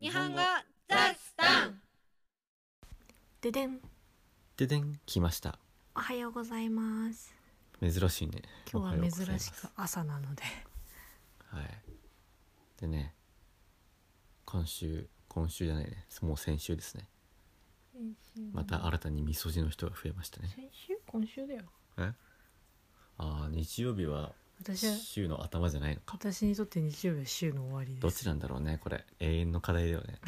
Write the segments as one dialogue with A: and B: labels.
A: 日本語ザスタン
B: ででん
C: ででん来ました
B: おはようございます
C: 珍しいね
A: 今日
C: およう
A: は
C: ござい
A: 珍
C: ま
A: し
C: す
A: く朝なので
C: はいでね今週今週じゃないねもう先週ですねまた新たにみそじの人が増えましたね
A: 先週今週だよ
C: えああ日曜日は
A: 私は
C: 週の頭じゃないのか
A: 私にとって日曜日は週の終わりで
C: どっ
A: す
C: ちなんだろうねこれ永遠の課題だよね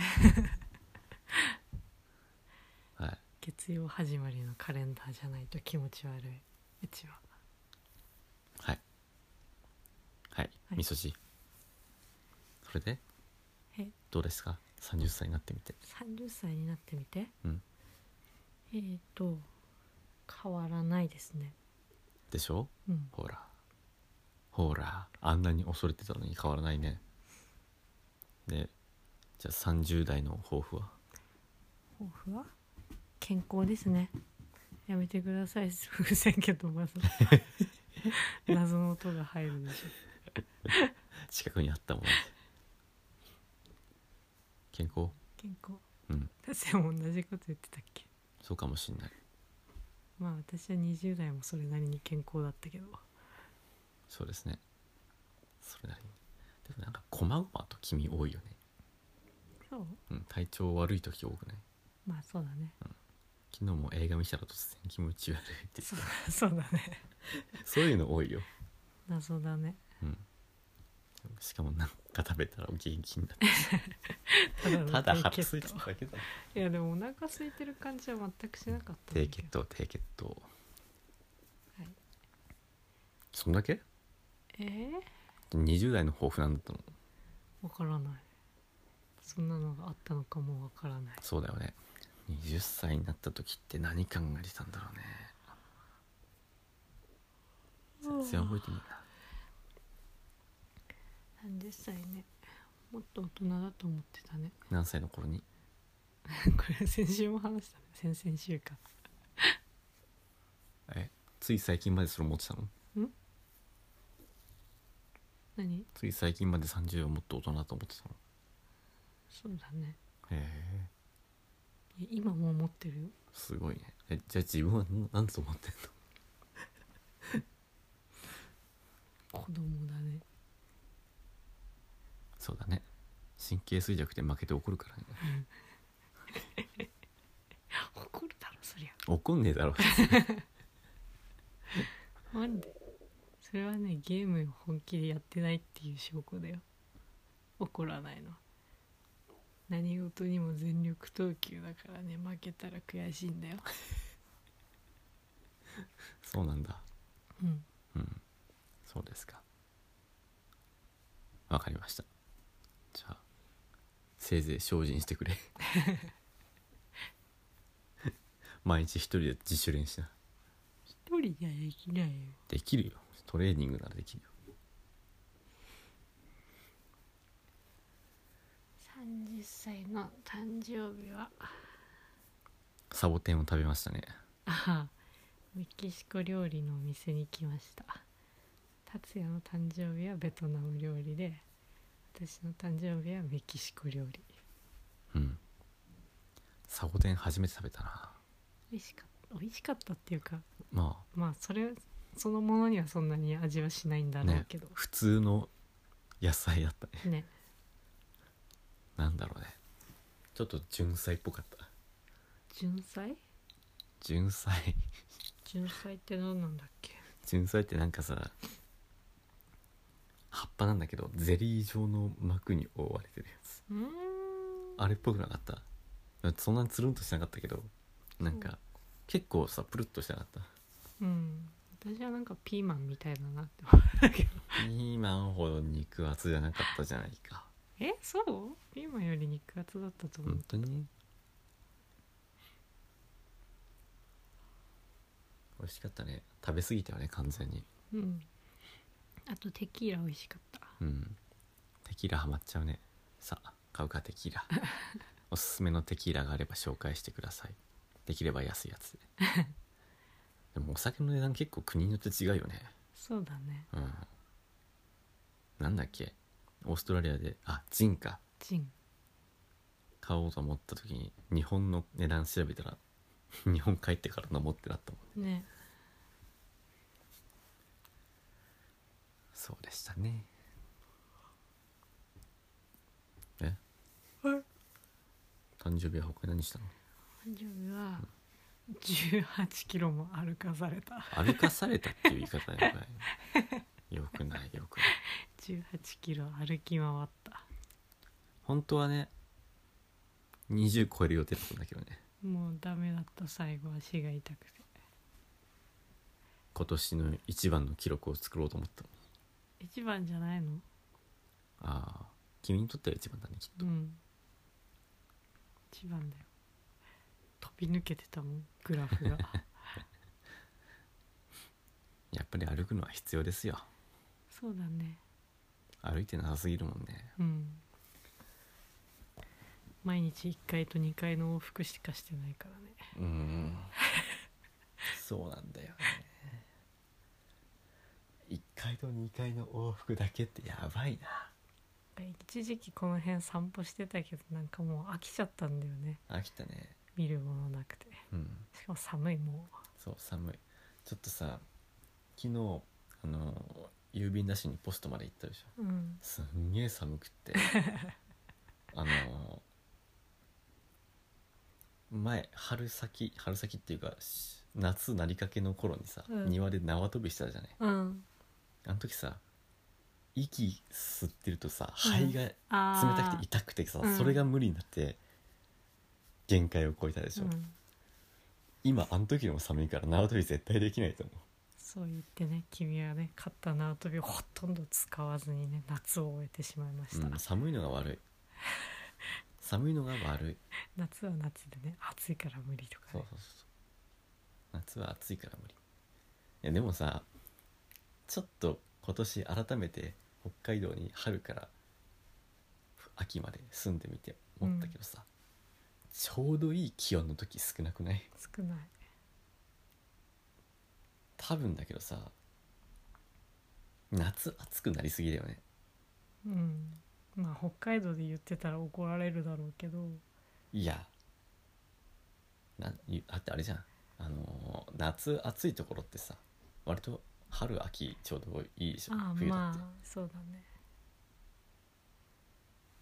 C: はい
A: 月曜始まりのカレンダーじゃないと気持ち悪いうちは
C: はいはい
A: はい
C: みそじそれで
A: え
C: どうですか30歳になってみて
A: 30歳になってみて
C: うん
A: えっ、ー、と変わらないですね
C: でしょ
A: うん
C: ほらほらあんなに恐れてたのに変わらないねでじゃあ30代の抱負は
A: 抱負は健康ですねやめてください風船けど まず 謎の音が入るでしょ
C: 近くにあったもので健康
A: 健康
C: うん
A: 先生も同じこと言ってたっけ
C: そうかもしんない
A: まあ私は20代もそれなりに健康だったけど
C: そうですねそれなりにでもなんかこまごまと君多いよね、
A: そう
C: うん、体調悪い時多くない
A: まあそうだね
C: 昨日も映画見たら突然気持ち悪いって
A: そうそうだね
C: そういうの多いよ、
A: 謎だね
C: うん、しかもなんか食べたらお元気になって
A: ただの
C: ただ
A: 低
C: 腹
A: 血
C: 空いて
A: 糖
C: ただけだ
A: いやでもお腹空いてる感じは全くしなかったんだ
C: 低
A: け
C: 血
A: ど
C: 糖低血糖
A: はい
C: そんだけ
A: えー、
C: 20代の抱負なんだったの
A: わからないそんなのがあったのかもわからない
C: そうだよね20歳になった時って何考えてたんだろうね全然覚えてないな
A: 30歳ねもっと大人だと思ってたね
C: 何歳の頃に
A: これ先週も話したね先々週か
C: えつい最近までそれ思ってたの
A: 何
C: つい最近まで30をもっと大人だと思ってたの
A: そうだね
C: へ
A: い
C: え
A: や今も思ってるよ
C: すごいねえじゃあ自分は何と思ってん の
A: 子供だね
C: そうだね神経衰弱で負けて怒るからね
A: 怒るだろそりゃ
C: 怒んねえ だろ
A: なんでそれはねゲームを本気でやってないっていう証拠だよ怒らないのは何事にも全力投球だからね負けたら悔しいんだよ
C: そうなんだ
A: うん
C: うんそうですかわかりましたじゃあせいぜい精進してくれ 毎日一人で自主練しな
A: 一人じゃできないよ
C: できるよトレーニングならできるよ
A: 30歳の誕生日は
C: サボテンを食べましたね
A: ああメキシコ料理のお店に来ました達也の誕生日はベトナム料理で私の誕生日はメキシコ料理
C: うんサボテン初めて食べたな
A: 美味しかった美味しかったっていうか
C: ま
A: まあそれそのものにはそんなに味はしないんだ
C: あ
A: ろ
C: ね
A: うけど
C: 普通の野菜だったね
A: ね
C: なんだろうねちょっと純菜っぽかった
A: 純菜
C: 純菜
A: 純菜って何なんだっけ
C: 純菜ってなんかさ葉っぱなんだけどゼリー状の膜に覆われてるやつ
A: うーん
C: あれっぽくなかったそんなにつるんとしてなかったけどなん
A: そ
C: か結構さプルッとしてなかった
A: うん私はなんかピーマンみたいだなって思ったけど
C: ピーマンほど肉厚じゃなかったじゃないか
A: えそうピーマンより肉厚だったと思う、
C: 本当に美味しかったね食べ過ぎたよね完全に
A: うん、あとテキーラ美味しかった
C: うんテキーラハマっちゃうねさあ買うかテキ ーラおすすめのテキーラがあれば紹介してくださいできれば安いや つででもお酒の値段結構国によって違うよね
A: そうだね
C: うんなんだっけオーストラリアであジンか
A: ジン
C: 買おうと思った時に日本の値段調べたら 日本帰ってから飲もうってなったもん
A: ね
C: そうでしたねえ
A: はい
C: 誕生日は他に何したの
A: 誕生日は18キロも歩かされた
C: 歩かされたっていう言い方やばいよくないよくない
A: 18キロ歩き回った
C: 本当はね20超える予定だったんだけどね
A: もうダメだった最後足が痛くて
C: 今年の一番の記録を作ろうと思ったの
A: 一番じゃないの
C: ああ君にとっては一番だねきっ
A: う
C: と、
A: ん一番だよ飛び抜けてたもんグラ フが
C: やっぱり歩くのは必要ですよ
A: そうだね
C: 歩いてなさすぎるもんね
A: うん毎日1回と2回の往復しかしてないからね
C: うんそうなんだよね1階と2階の往復だけってやばいな
A: 一時期この辺散歩してたけどなんかもう飽きちゃったんだよね
C: 飽きたね
A: 見るものなくて
C: うん
A: しかも寒いも
C: そう寒いちょっとさ昨日あの郵便出しにポストまで行ったでしょ
A: ううん
C: すんげえ寒くって あの前春先春先っていうかし夏なりかけの頃にさ、
A: うん
C: 庭で縄跳びしたじゃない
A: うん
C: あの時さ息吸ってるとさ
A: うん
C: 肺が冷
A: あ
C: たくて痛くてさ、
A: うん
C: それが無理になって限界を超えたでしょ、
A: うん、
C: 今あの時でも寒いから縄跳び絶対できないと思う
A: そう言ってね君はね買った縄跳びをほとんど使わずにね夏を終えてしまいました、
C: うん、寒いのが悪い寒いのが悪い
A: 夏は夏でね暑いから無理とか
C: そう
A: ね
C: そうそうそう夏は暑いから無理いやでもさちょっと今年改めて北海道に春から秋まで住んでみて思ったけどさ、ちょうどいい気温の時少なくない
A: 少ない
C: 多分だけどさ夏暑くなりすぎだよね
A: うんまあ北海道で言ってたら怒られるだろうけど
C: いやなんいだってあれじゃんあのー夏暑いところってさ割と春秋ちょうどいいでしょ
A: ああ
C: 冬だ
A: ま
C: って、
A: あそうだね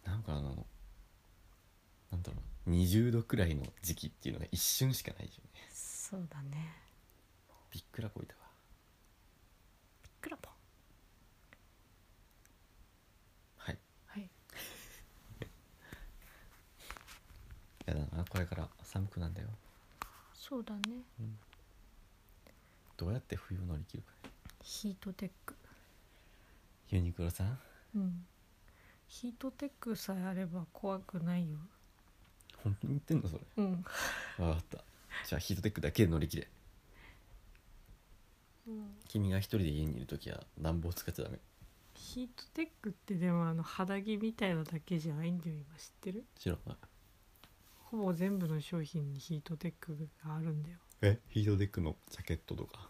C: なんかあのなんだろう20度くらいの時期っていうのが一瞬しかないよね
A: そうだね
C: びっくらこいたわ
A: びっくらぽん
C: はい
A: はい
C: やだなこれから寒くなんだよ
B: そうだね
C: どうやって冬を乗り切るか
B: ヒートテック
C: ユニクロさん
A: うんヒートテックさえあれば怖くないよ
C: 本当に言ってんのそれ
A: うん
C: わかったじゃあヒートテックだけで乗り切れ君が一人で家にいる時は暖房使っちゃダメ
A: ヒートテックってでもあの肌着みたいなだけじゃないんだよ今知ってる
C: 知らない
A: ほぼ全部の商品にヒートテックがあるんだよ
C: えヒートテックのジャケットとか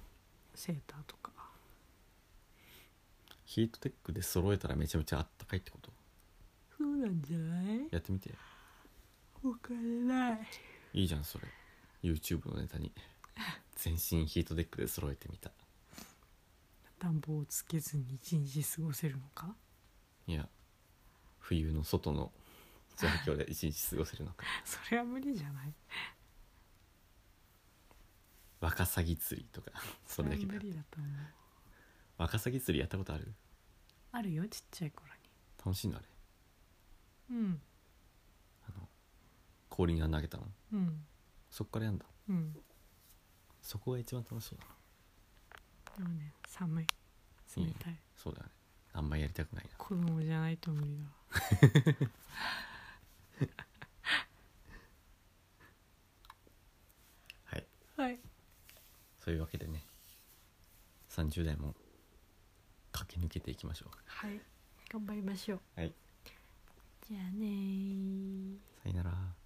A: セーターとか
C: ヒートテックで揃えたらめちゃめちゃあったかいってこと
A: そうなんじゃない
C: やってみて
A: お金ない
C: いいじゃんそれ YouTube のネタに全身ヒートテックで揃えてみた
A: 暖房をつけずに一日過ごせるのか
C: いや冬の外の状況で一日過ごせるのか
A: それは無理じゃない
C: ワカサギ釣りとかそれだけ
A: は
C: だ
A: 無理だと思う
C: ワカサギ釣りやったことある
A: あるよちっちゃい頃
C: 楽しいのあれ
A: にうん
C: あの氷に穴投げたの
A: うん
C: そこからやんだ
A: うん
C: そこが一番楽しそうだな
A: でもね寒い冷たい
C: そうだよねあんまりやりたくないな
A: 子供じゃないと無理だわ
C: はい
A: はい
C: そういうわけでね30代も駆け抜けていきましょ
A: はい頑張りましょう
C: うはい
A: じゃあねー
C: さよなら